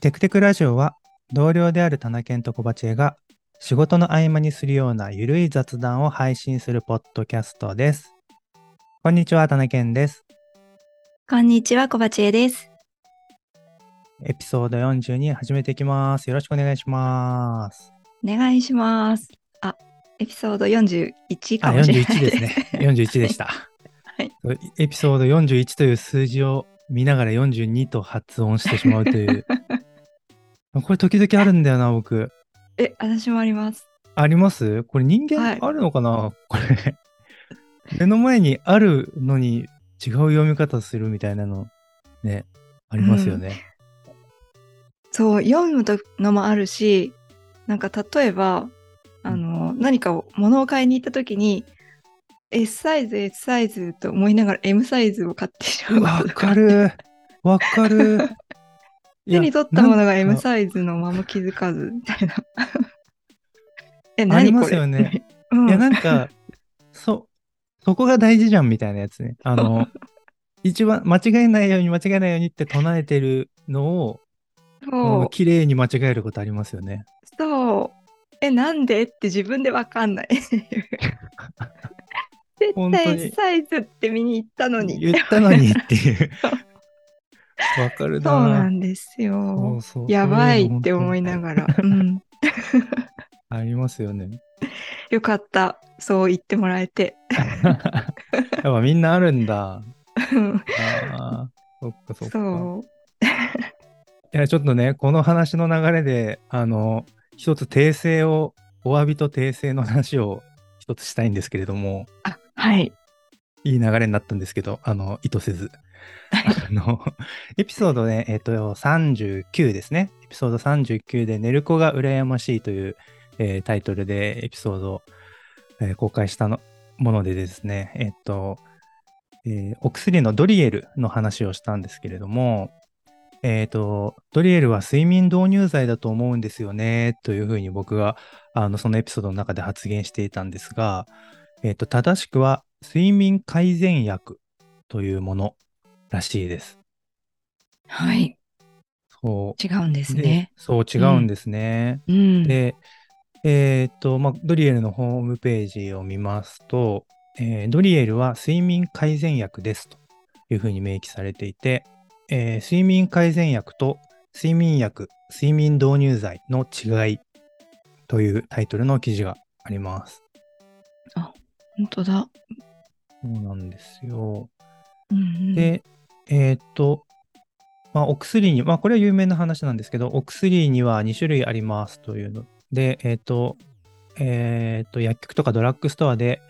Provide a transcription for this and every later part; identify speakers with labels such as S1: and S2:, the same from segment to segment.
S1: テクテクラジオは同僚である田中健と小鉢江が仕事の合間にするようなゆるい雑談を配信するポッドキャストです。こんにちは、田中健です。
S2: こんにちは、小鉢江です。
S1: エピソード42始めていきます。よろしくお願いします。
S2: お願いします。あ、エピソード41
S1: あ、
S2: かもしれない
S1: 41ですね。41でした。
S2: はい
S1: そうエピソード41という数字を見ながら42と発音してしまうと いう。これ時々あるんだよな、僕。
S2: え、私もあります。
S1: ありますこれ人間
S2: はい
S1: あるのかな、これ。目の前にあるのに違う読み方するみたいなの、ね、ありますよね。
S2: そう、読むのもあるし、なんか例えば、あの、何かを、物を買いに行った時に、S サイズ、S サイズと思いながら M サイズを買ってしまう
S1: わ、
S2: こと
S1: か
S2: が。
S1: る。わかる。い
S2: 手
S1: や
S2: に取ったものが
S1: なん
S2: M
S1: か
S2: サイズのまま気づかず、みた いな。
S1: あ
S2: え、
S1: り
S2: 何これ
S1: ますよね。
S2: うん
S1: いや、なんか、そ、そこが大事じゃんみたいなやつね。あ の、一番間違えないように間違えないようにって唱えてるのを、
S2: そう
S1: 綺麗に間違えることありますよね。
S2: そう。え、なんでって自分でわかんない 絶
S1: 本当
S2: 対
S1: に
S2: S サイズって見に行ったのに。
S1: 言ったのにって いう。わかるな。
S2: そうなんですよ。やばいって思いな
S1: ら。
S2: がら。うん。
S1: ありますよね。
S2: よかった。そう言ってもらえて。
S1: やっぱみんなあるんだ。
S2: うん
S1: あーそっかそっか。
S2: そう。
S1: いや、ちょっとね、この話の流れで、あの、一つ訂正を、お詫びと訂正の話を一つしたいんですけれども、
S2: あ、はい。
S1: いい流れになったんですけど、あの、意図せず。あの、エピソードね、えっ、と、39ですね。エピソード39で、寝る子が羨ましいという、えータイトルでエピソードを、えー公開したのものでですね、えっ、と、えーお薬のドリエルの話をしたんですけれども、えっ、と、ドリエルは睡眠導入剤だと思うんですよね、というふうに僕が、あの、そのエピソードの中で発言していたんですが、えっ、と、正しくは、睡眠改善薬というものらしいです。
S2: はい。
S1: そう。
S2: 違うんです
S1: で
S2: ね。
S1: そう、違うんですね。
S2: うん。
S1: で、えーっと、まあ、ドリエルのホームページを見ますと、えードリエルは睡眠改善薬ですというふうに明記されていて、えー睡眠改善薬と睡眠薬、睡眠導入剤の違いというタイトルの記事があります。
S2: 本当だ。
S1: そうなんですよ。
S2: うんうん、
S1: で、えーっと、まあ、お薬に、まあ、これは有名な話なんですけど、お薬には2種類ありますというので、えーっと、えーっと、薬局とかドラッグストアで、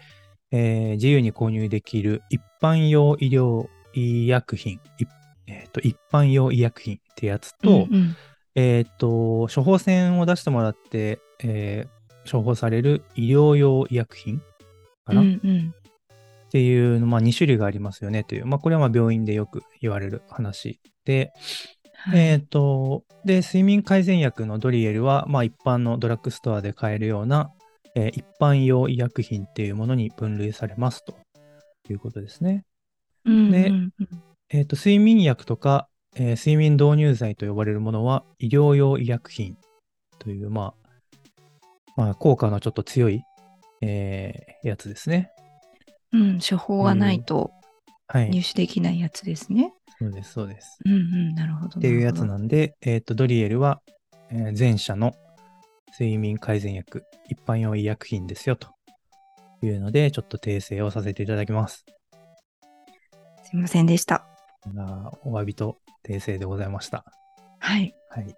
S1: えー自由に購入できる一般用医療医薬品、いえーっと、一般用医薬品ってやつと、
S2: うんうん
S1: えーっと、処方箋を出してもらって、えー処方される医療用医薬品かな、
S2: うんうん
S1: っていうの、まあ、2種類がありますよねという、まあ、これはまあ病院でよく言われる話で、
S2: はい
S1: えっ、と、で、睡眠改善薬のドリエルは、まあ、一般のドラッグストアで買えるような、えー一般用医薬品っていうものに分類されますということですね。
S2: うん
S1: で
S2: うんうん
S1: えっ、と、睡眠薬とか、えー睡眠導入剤と呼ばれるものは医療用医薬品という、まあ、まあ、効果のちょっと強い、えーやつですね。
S2: うん、処方がないと
S1: はい。
S2: 入手できないやつですね。
S1: そうです、そうです。
S2: うんうん、なるほど。
S1: っていうやつ
S2: なるほど
S1: なんで、えっ、と、ドリエルは、えー前者の睡眠改善薬、一般用医薬品ですよ、というので、ちょっと訂正をさせていただきます。
S2: すいませんでした。
S1: あーお詫びと訂正でございました。
S2: はい。
S1: はい。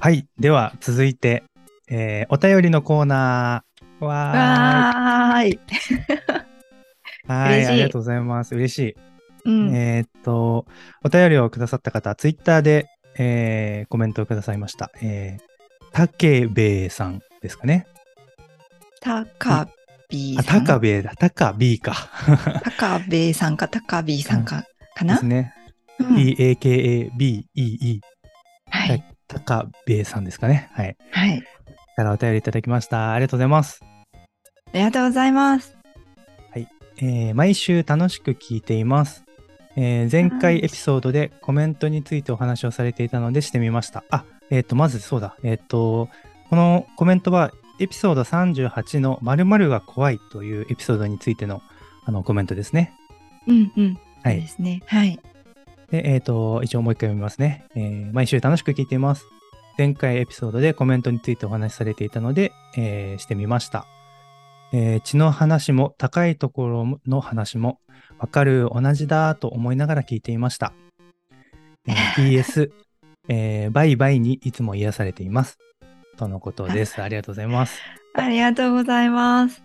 S1: はい。では、続いて、えーお便りのコーナー。わーい。
S2: わーい。
S1: はい、
S2: 嬉しい
S1: ありがとうございます。嬉しい。
S2: うん。
S1: えーっと、お便りをくださった方、ツイッターで、えーコメントをくださいました。えー、たけべえさんですかね。
S2: たかび
S1: あ、
S2: さ
S1: た
S2: ん。
S1: かべえだ。たかびーか。
S2: たかべさんか、たかびさんか、か
S1: で
S2: な
S1: す。ね。
S2: うん
S1: B-A-K-A-B-E-E。
S2: は。
S1: はいたかべえさんですかね。はい。
S2: はい。
S1: からお便りいただきました。ありがとうございます。
S2: りがとうございます。
S1: えー毎週楽しく聞いています。えー前
S2: はい
S1: 回エピソードでコメントについてお話をされていたのでしてみました。あ、えっ、と、まずそうだ。えっ、と、このコメントはエピソード38の〇〇が怖いというエピソードについてのあのコメントですね。
S2: うんうん。
S1: は
S2: そう
S1: い
S2: で。すね。はい。
S1: で、えっ、と、一応もう一回読みますね、えー毎週楽しく聞いています。前回エピソードでコメントについてお話しされていたので、えーしてみました。えー血の話も高いところの話もわかる同じだと思いながら聞いていました。えー PS、えーバイバイにいつも癒されています。とのことです。ありがとうございます。
S2: ありがとうございます。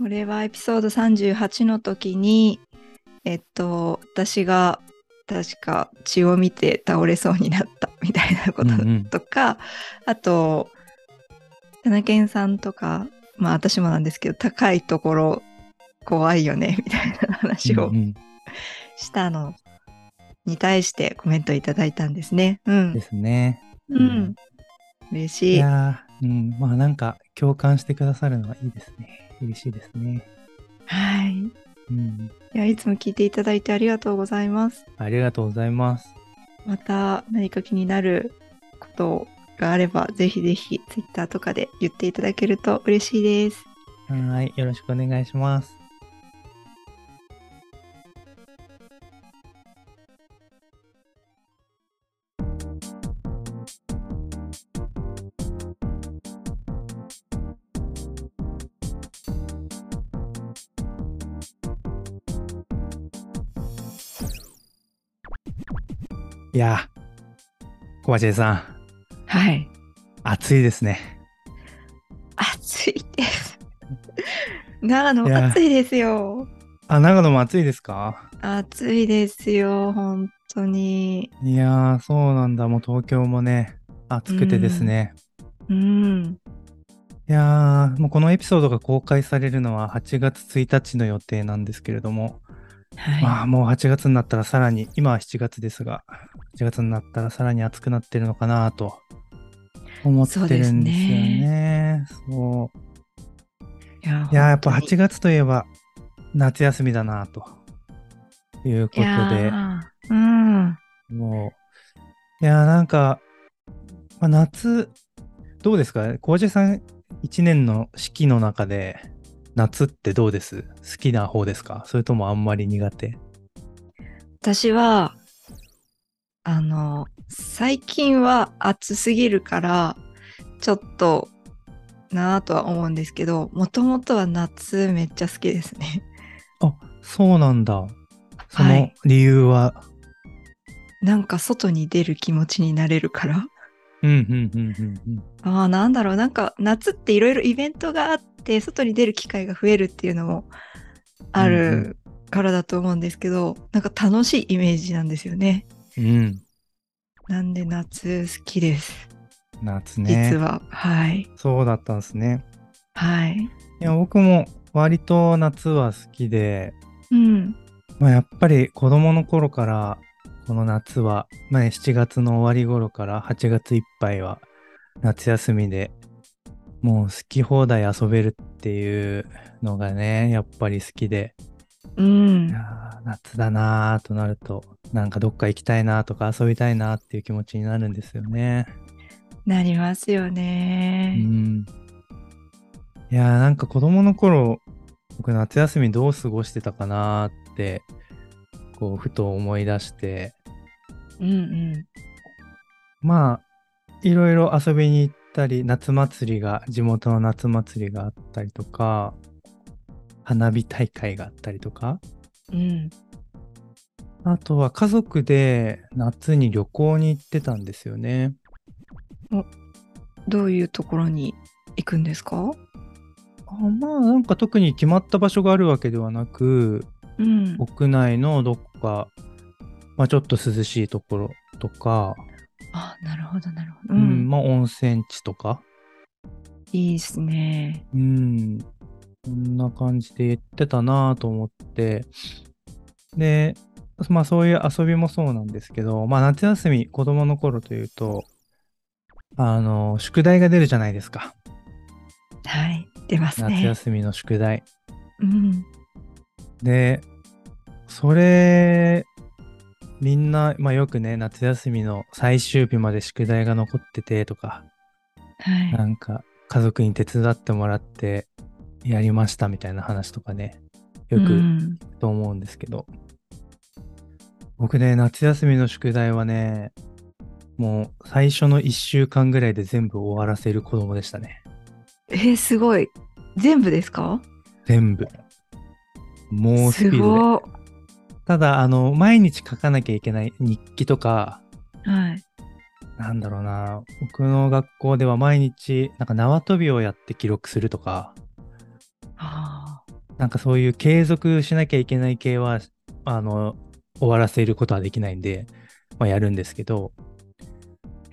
S2: これはエピソード38の時に、えっと、私が確か血を見て倒れそうになったみたいなこと
S1: うんうん
S2: とか、あと、田中健さんとか、まあ私もなんですけど、高いところ怖いよね みたいな話を
S1: うんうん
S2: したのに対してコメントいただいたんですね。うん
S1: で。すね。
S2: う
S1: うんん。
S2: 嬉
S1: い
S2: しい。
S1: やーうん、まあなんか共感してくださるのはいいですね。嬉しいですね。
S2: はい。い
S1: うん、
S2: や、いつも聞いていただいてありがとうございます。
S1: ありがとうございます。
S2: また何か気になることがあれば、ぜひぜひツイッターとかで言っていただけると嬉しいです。
S1: はーい、よろしくお願いします。いやー、小橋さん、
S2: はい。
S1: 暑いですね。
S2: 暑いです。長野
S1: いや
S2: 暑いですよ。
S1: あ、長野も暑いですか
S2: 暑いですよ、本当に。
S1: いやー、そうなんだ。もう東京もね、暑くてですね。
S2: うん。
S1: いやー、もうこのエピソードが公開されるのは8月1日の予定なんですけれども、ま
S2: は
S1: あもう8月になったらさらに、今は7月ですが、8月になったらさらに暑くなってるのかなと思ってるんですよね。そう。
S2: い。いや
S1: いやー、やっぱ
S2: 本当
S1: 8
S2: に
S1: 月といえば夏休みだなということで。
S2: いやーうん。
S1: もう、いやー、なんか、まあ、夏、どうですか小林さん、一年の四季の中で、夏ってどうです好きな方ですかそれともあんまり苦手
S2: 私はあの最近は暑すぎるからちょっとなぁとは思うんですけどもともとは夏めっちゃ好きですね。
S1: あ、そうなんだ。そ
S2: は
S1: の
S2: い
S1: 理由は。
S2: なんか外に出る気持ちになれるから。
S1: うん、うん、うん、うん
S2: ああなんだろうなんか夏っていろいろイベントがあって外に出る機会が増えるっていうのもあ
S1: うん
S2: るからだと思うんですけど、なんか楽しいイメージなんですよね。
S1: うん。うん。
S2: なんで夏好きです。
S1: 夏ね。
S2: 実は、はい
S1: そうだったんですね。
S2: はい。
S1: いや、僕も割と夏は好きで、
S2: うん。
S1: まあ、やっぱり子供の頃からこの夏は、まあね、7月の終わり頃から8月いっぱいは夏休みでもう好き放題遊べるっていうのがねやっぱり好きで
S2: うん
S1: いや。ー夏だなーとなるとなんかどっか行きたいなとか遊びたいなっていう気持ちになるんですよね。
S2: なりますよ
S1: う
S2: ね。
S1: ん、いやーなんか子供の頃僕夏休みどう過ごしてたかなーってこうふと思い出して。
S2: うんうん。
S1: まあ、いろいろ遊びに行ったり、夏祭りが、地元の夏祭りがあったりとか、花火大会があったりとか、
S2: うん。
S1: あとは家族で夏に旅行に行ってたんですよね。
S2: どういうところに行くんですか
S1: あまあ、なんか特に決まった場所があるわけではなく、
S2: うん。
S1: 屋内のどこか、まあちょっと涼しいところとか、
S2: あ、なるほど、なるほど。
S1: う、
S2: うんん。
S1: まあ温泉地とか、
S2: いいですね。
S1: うん。こんな感じで言ってたなぁと思って。で、まあそういう遊びもそうなんですけど、まあ夏休み、子供の頃というと、あの、宿題が出るじゃないですか。
S2: はい。出ます
S1: 夏
S2: ね。
S1: 休みの宿題。
S2: うん、
S1: で、それ、みんな、まあよくね、夏休みの最終日まで宿題が残っててとか、
S2: はい。
S1: なんか家族に手伝ってもらってやりましたみたいな話とかね、よ
S2: う
S1: く
S2: ん
S1: と思うんですけど、僕ね、夏休みの宿題はね、もう最初の1週間ぐらいで全部終わらせる子供でしたね。
S2: えーすごい。全部ですか
S1: 全部。もうス
S2: す
S1: ピードで。
S2: ご
S1: ただ、あの、毎日書かなきゃいけない日記とか、
S2: い。はい。
S1: なんだろうな、僕の学校では毎日、なんか縄跳びをやって記録するとか、
S2: あー
S1: なんかそういう継続しなきゃいけない系は、あの、終わらせることはできないんで、まあ、やるんですけど、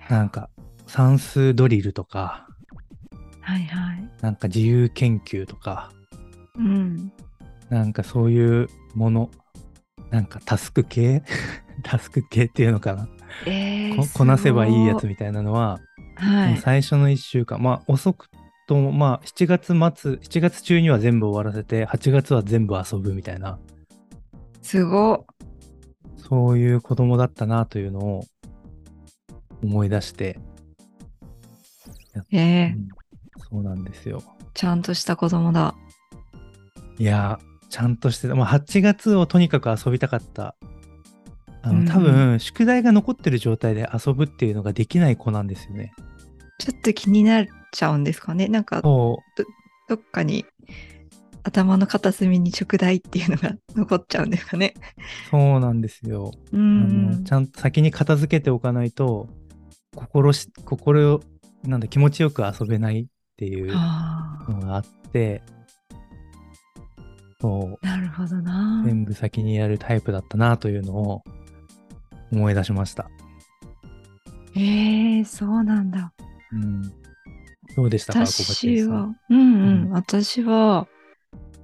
S1: なんか算数ドリルとか、
S2: はいはい。
S1: なんか自由研究とか、
S2: うん。
S1: なんかそういうもの、なんかタスク系 タスク系っていうのかな、
S2: えー
S1: ここなせばいいやつ
S2: す
S1: みたいなのは、
S2: ごいは
S1: もう
S2: い。
S1: 最初の1週間、まあ遅くとも、まあ7月末、7月中には全部終わらせて、8月は全部遊ぶみたいな、
S2: すご
S1: そういう子供だったなというのを思い出して、
S2: い。えー
S1: うんそうなんですよ。
S2: ちゃんとした子供だ。
S1: いやー、ちゃんとしてた。まあ8月をとにかく遊びたかった。あ
S2: う
S1: の
S2: ん
S1: 多分、宿題が残ってる状態で遊ぶっていうのができない子なんですよね。
S2: ちょっと気になっちゃうんですかね。なんか、
S1: そう
S2: どっかに頭の片隅に宿題っていうのが残っちゃうんですかね。
S1: そうなんですよ。
S2: う
S1: あ
S2: んう
S1: の
S2: ん
S1: ち。ゃんと先に片付けておかないと心し心をなんだ気持ちよく遊べないっていう
S2: あ
S1: のがあってそ
S2: あ、なるほど
S1: う
S2: な。
S1: 全部先にやるタイプだったなというのを思い出しました、
S2: ええそうなんだ。
S1: うん、どうでしたか小
S2: 私
S1: 林さん
S2: は、うんうん、
S1: うん
S2: 私は、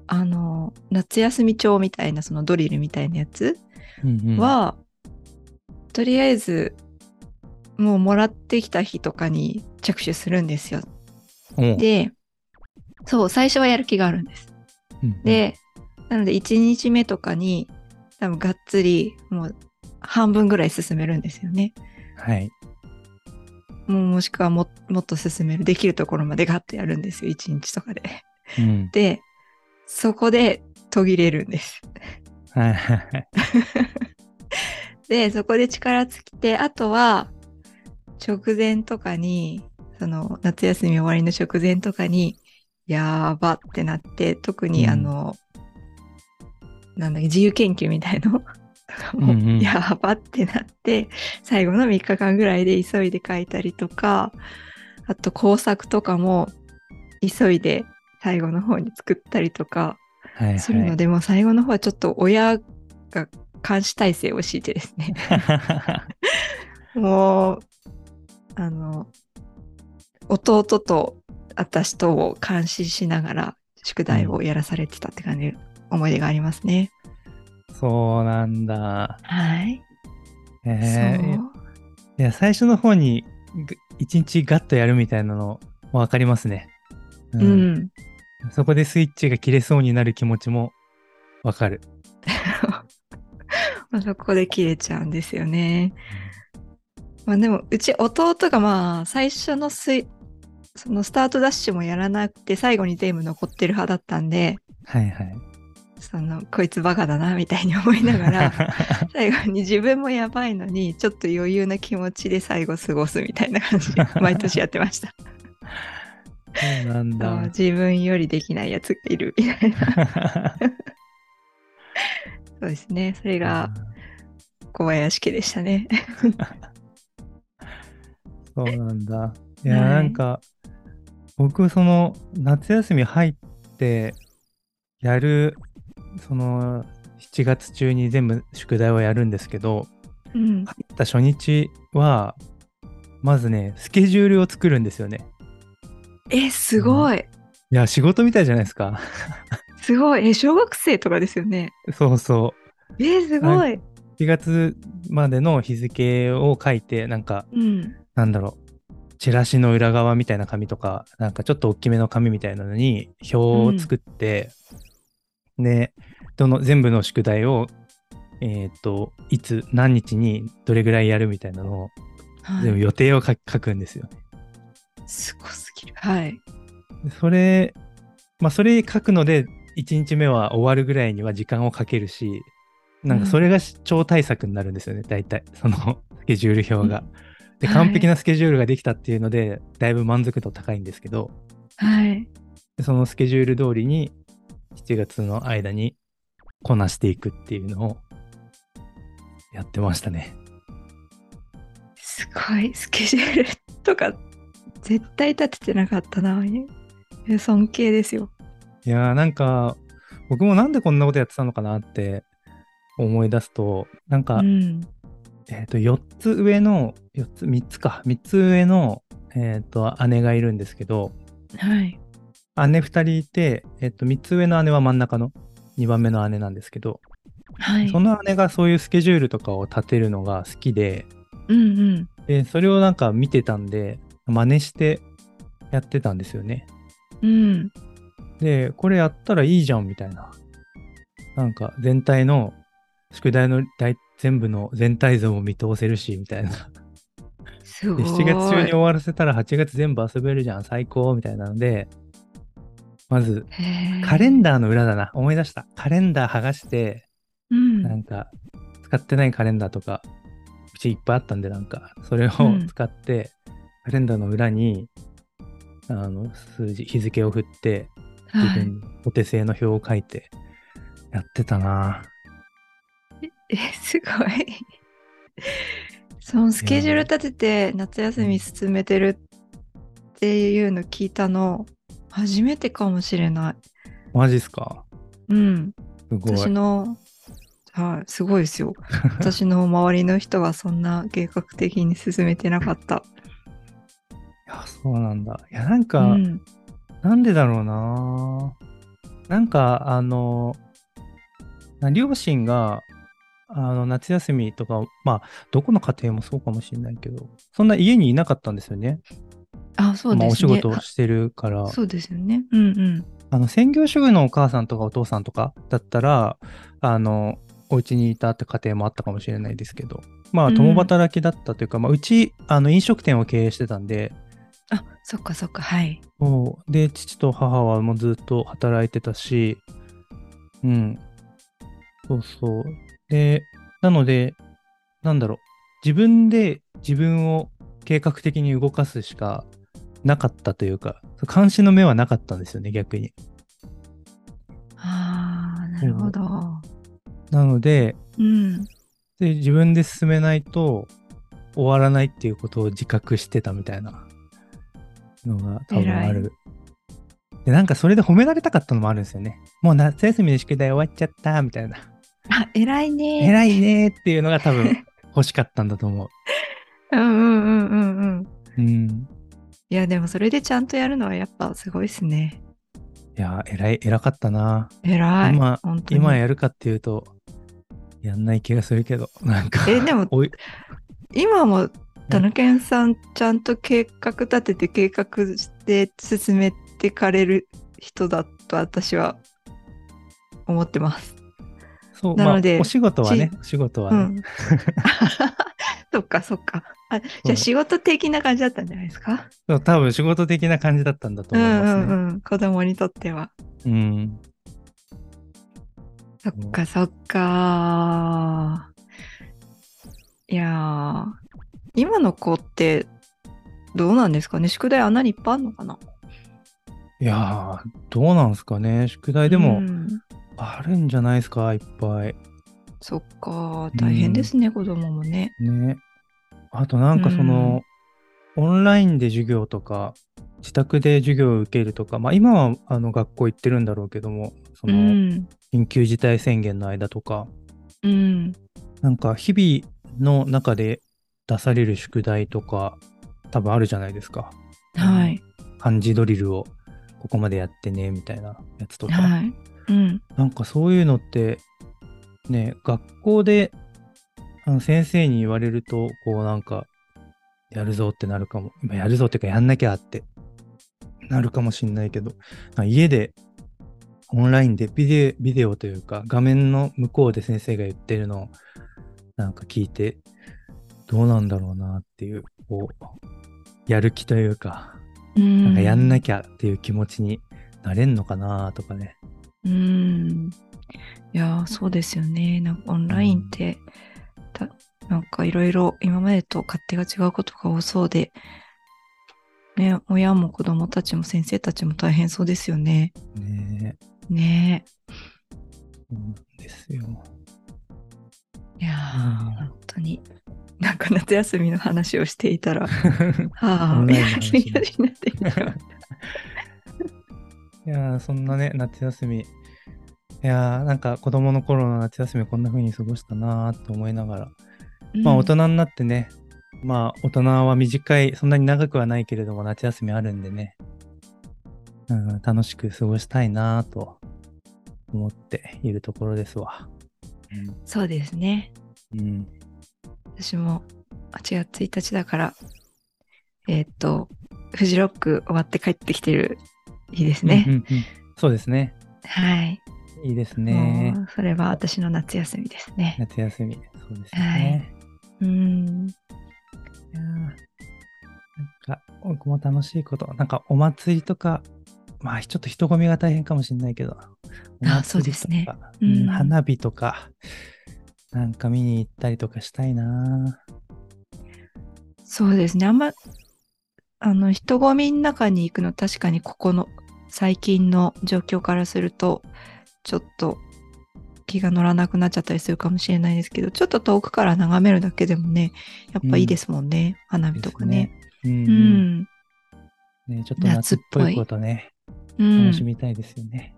S2: あの、夏休み帳みたいな、そのドリルみたいなやつ
S1: うんうん
S2: は、とりあえず、もうもらってきた日とかに着手するんですよ。
S1: おう
S2: で、そう、最初はやる気があるんです。
S1: うんうん
S2: で、なので1日目とかに多分がっつりもう半分ぐらい進めるんですよね。
S1: はい
S2: もうもしくはももっと進める。できるところまでガッとやるんですよ。1日とかで。
S1: うん
S2: で、そこで途切れるんです。
S1: はいはいはい
S2: で、そこで力尽きて、あとは直前とかに、その夏休み終わりの直前とかに、やーばってなって、特に
S1: うん
S2: あの、なんだっけ、自由研究みたいの、
S1: うんうん
S2: やーばってなって、最後の3日間ぐらいで急いで書いたりとか、あと工作とかも急いで最後の方に作ったりとか、
S1: はいはい
S2: するので、もう最後の方はちょっと親が監視体制を敷いてです ねもうあの弟と私とを監視しながら宿題をやらされてたって感じ、思い出がありますね。
S1: そうなんだ
S2: はい。
S1: えー
S2: そう
S1: いや、最初の方にぐ一日ガッとやるみたいなの分かりますね。う。
S2: うんん。
S1: そこでスイッチが切れそうになる気持ちも分かる。
S2: まあそこで切れちゃうんですよね。まあでもうち弟がまあ最初のすいそのスタートダッシュもやらなくて最後に全部残ってる派だったんで
S1: はいはい。
S2: そのこいつバカだなみたいに思いながら最後に自分もやばいのにちょっと余裕な気持ちで最後過ごすみたいな感 じで毎年やってました
S1: そうなん
S2: あの
S1: だ。
S2: 自分よりできないやつがい るみたいなそうですねそ れが小林家でした ね
S1: そうなんだ。いや、
S2: はい
S1: なんか、僕、その、夏休み入って、やる、その、7月中に全部宿題をやるんですけど、
S2: うん
S1: 入った初日は、まずね、スケジュールを作るんですよね。
S2: えすごい
S1: いや、仕事みたいじゃないですか。
S2: すごいえ小学生とかですよね
S1: そうそ
S2: えすごい、
S1: う。4月までの日付を書いて、なんか、
S2: うん
S1: なんだろう。チラシの裏側みたいな紙とか、なんかちょっと大きめの紙みたいなのに表を作って、で、どの、全部の宿題を、えっ、と、いつ、何日にどれぐらいやるみたいなのを、
S2: は
S1: 全部
S2: い、
S1: 予定を書書くんですよ。
S2: すごすぎる。はい。
S1: でそれ、まあ、それ書くので、1日目は終わるぐらいには時間をかけるし、なんかそれがし超対策になるんですよね、大体、そのスケジュール表が。で、
S2: はい
S1: 完璧なスケジュールができたっていうので、だいぶ満足度高いんですけど、
S2: はい。
S1: でそのスケジュール通りに、7月の間にこなしていくっていうのをやってましたね。
S2: すごい。スケジュールとか、絶対立ててなかったな。え尊敬ですよ。
S1: いやーなんか、僕もなんでこんなことやってたのかなって思い出すと、なんか、
S2: うん。
S1: えっ、と、4つ上の、4つ、3つか、3つ上の、えっ、と、姉がいるんですけど、
S2: はい。
S1: 姉2人いて、えっ、と、3つ上の姉は真ん中の、2番目の姉なんですけど、
S2: はい。
S1: その姉がそういうスケジュールとかを立てるのが好きで、
S2: うんうん。
S1: で、それをなんか見てたんで、真似してやってたんですよね。
S2: うん。
S1: で、これやったらいいじゃん、みたいな。なんか、全体の、宿題の大全部の全体像も見通せるし、みたいな。
S2: すご
S1: で
S2: い。
S1: 7月中に終わらせたら8月全部遊べるじゃん最高みたいなのでまず
S2: へー
S1: カレンダーの裏だな思い出したカレンダー剥がして
S2: うん
S1: なんか使ってないカレンダーとかうちいっぱいあったんでなんかそれを
S2: うん
S1: 使ってカレンダーの裏にあの数字日付を振って自
S2: はい
S1: 分のお手製の表を書いてやってたな
S2: え、すごい。 そのスケジュール立てて夏休み進めてるっていうの聞いたの初めてかもしれな
S1: マジっすか
S2: い。うん。
S1: すご
S2: 私
S1: い
S2: の、はい、すごいで すよ。私の周りの人はそんな計画的に進めてなかった。
S1: いやそうなんだいやなん
S2: う
S1: か、
S2: ん。
S1: なんでだろうななんか、あの、な両親が、あの、夏休みとか、まあ、どこの家庭もそうかもしれないけど、そんな家にいなかったんですよね。
S2: あ、そう
S1: まあ、
S2: で
S1: お
S2: す
S1: 仕
S2: ね。
S1: 事をしてるから
S2: あ。そうですよね。うんうん。
S1: あの、専業主婦のお母さんとかお父さんとかだったら、あの、お家にいたって家庭もあったかもしれないですけど、まあ、
S2: うん
S1: 共働きだったというか、まあ、うち、あの、飲食店を経営してたんで、
S2: あ、そっかそっか。はい。
S1: そうで父と母はもうずっと働いてたしうんそうそうでなのでなんだろう自分で自分を計画的に動かすしかなかったというか監視の目はなかったんですよね逆に
S2: ああ、なるほど。
S1: なので
S2: うん。
S1: で自分で進めないと終わらないっていうことを自覚してたみたいなのが多分あ
S2: 偉
S1: る。で、なんかそれで褒められたかったのもあるんですよね。もう夏休みの宿題終わっちゃったみたいな。
S2: あ、偉いね。
S1: 偉いねーっていうのが多 分欲しかったんだと思う。
S2: うんうんうんうん
S1: う
S2: うん。
S1: ん。
S2: いやでもそれでちゃんとやるのはやっぱすごいですね。
S1: いやー、偉い、偉かったな。
S2: 偉い。
S1: 今
S2: 本当に
S1: 今やるかっていうと、やんない気がするけど、なんか。
S2: えでも
S1: おい
S2: 今も田中さんちゃんと計画立てて計画して進めてかれる人だと私は思ってます。
S1: そう、
S2: なので
S1: まあ、お仕事はね、お仕事は
S2: う
S1: ね。
S2: ん。 そっかそっか。あじゃあ仕事的な感じだったんじゃないですか。
S1: そう多分仕事的な感じだったんだと
S2: う
S1: 思いますね。
S2: んうんうん。子供にとっては。
S1: うん。
S2: そっかそっかー。いやー、今の子ってどうなんですかね宿題穴にいっぱいあるのかない
S1: やー、どうなんすかね。宿題で
S2: う
S1: も
S2: ん
S1: あるんじゃないですか、いっぱい。
S2: そっかー、大変ですね、子供もね。
S1: ね。あとなんかその、オンラインで授業とか、自宅で授業を受けるとか、まあ今はあの学校行ってるんだろうけども、そうの
S2: ん。
S1: 緊急事態宣言の間とか、
S2: うん。
S1: なんか日々の中で出される宿題とか、多分あるじゃないですか。
S2: はい。
S1: 漢字ドリルをここまでやってね、みたいなやつとか。
S2: はい。うん。
S1: なんかそういうのって、ね、学校であの先生に言われると、こうなんか、やるぞってなるかも。まあやるぞっていうか、やんなきゃってなるかもしんないけど、あ家で、オンラインでビデビデオというか、画面の向こうで先生が言ってるのを、なんか聞いて、どうなんだろうなっていう、こう、やる気というか、
S2: うん
S1: なんかやんなきゃっていう気持ちになれんのかなとかね。
S2: うん。いやー、そうですよね。なんかオンラインって、たなんかいろいろ今までと勝手が違うことが多そうで、ね、親も子供たちも先生たちも大変そうですよね。
S1: ねえ
S2: ね
S1: そうなんですよ。
S2: え。いやー、
S1: うん
S2: 本当に。なんか夏休みの話をしていた ら、は
S1: オン
S2: あ、
S1: ラインの話
S2: 休 みがちになってきてしまう
S1: いやーそんなね、夏休み。いやーなんか子供の頃の夏休みこんな風に過ごしたなーって思いながら。 まあ大人になってね、まあ大人は短い、そんなに長くはないけれども夏休みあるんでね、うん、楽しく過ごしたいなーと思っているところですわ。
S2: そうですね。
S1: うん。うん
S2: 私も8月1日だから、えーっと、フジロック終わって帰ってきてる日ですね。
S1: うんうんうんそうですね。
S2: はい。
S1: いいです
S2: も
S1: ね。
S2: うそれは私の夏休みですね。
S1: 夏休み。そうですよね。
S2: うん。
S1: いやーなんか、僕も楽しいこと。なんか、お祭りとか、まあ、ちょっと人混みが大変かもしれないけど、お祭りとか
S2: そうですね
S1: う
S2: うん
S1: ん、花火とか、なんか見に行ったりとかしたいな
S2: そうですね。あんま、あの、人混みの中に行くの確かにここの最近の状況からすると、ちょっと気が乗らなくなっちゃったりするかもしれないですけど、ちょっと遠くから眺めるだけでもね、やっぱいいですもんね。花
S1: ぁ
S2: 火とかね。。
S1: ですねうん、
S2: う
S1: うん
S2: ん。
S1: ね。ちょっと夏っぽ
S2: 夏っぽい
S1: いことね、
S2: うん
S1: 楽しみたいですよね。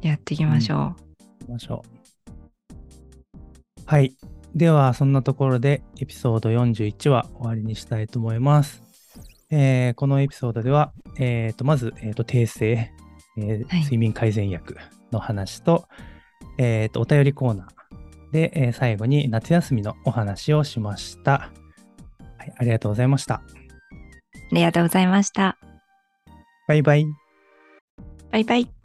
S2: やっていきましょ
S1: 行きましょう。はい。では、そんなところでエピソード41は終わりにしたいと思います。えーこのエピソードでは、えーとまず、えーと訂正、えー
S2: はい
S1: 睡眠改善薬の話と,、えーとお便りコーナーで、えー最後に夏休みのお話をしました。はい、ありがとうございました。
S2: う。ありがとうございました。
S1: バイバイ。
S2: バイバイ。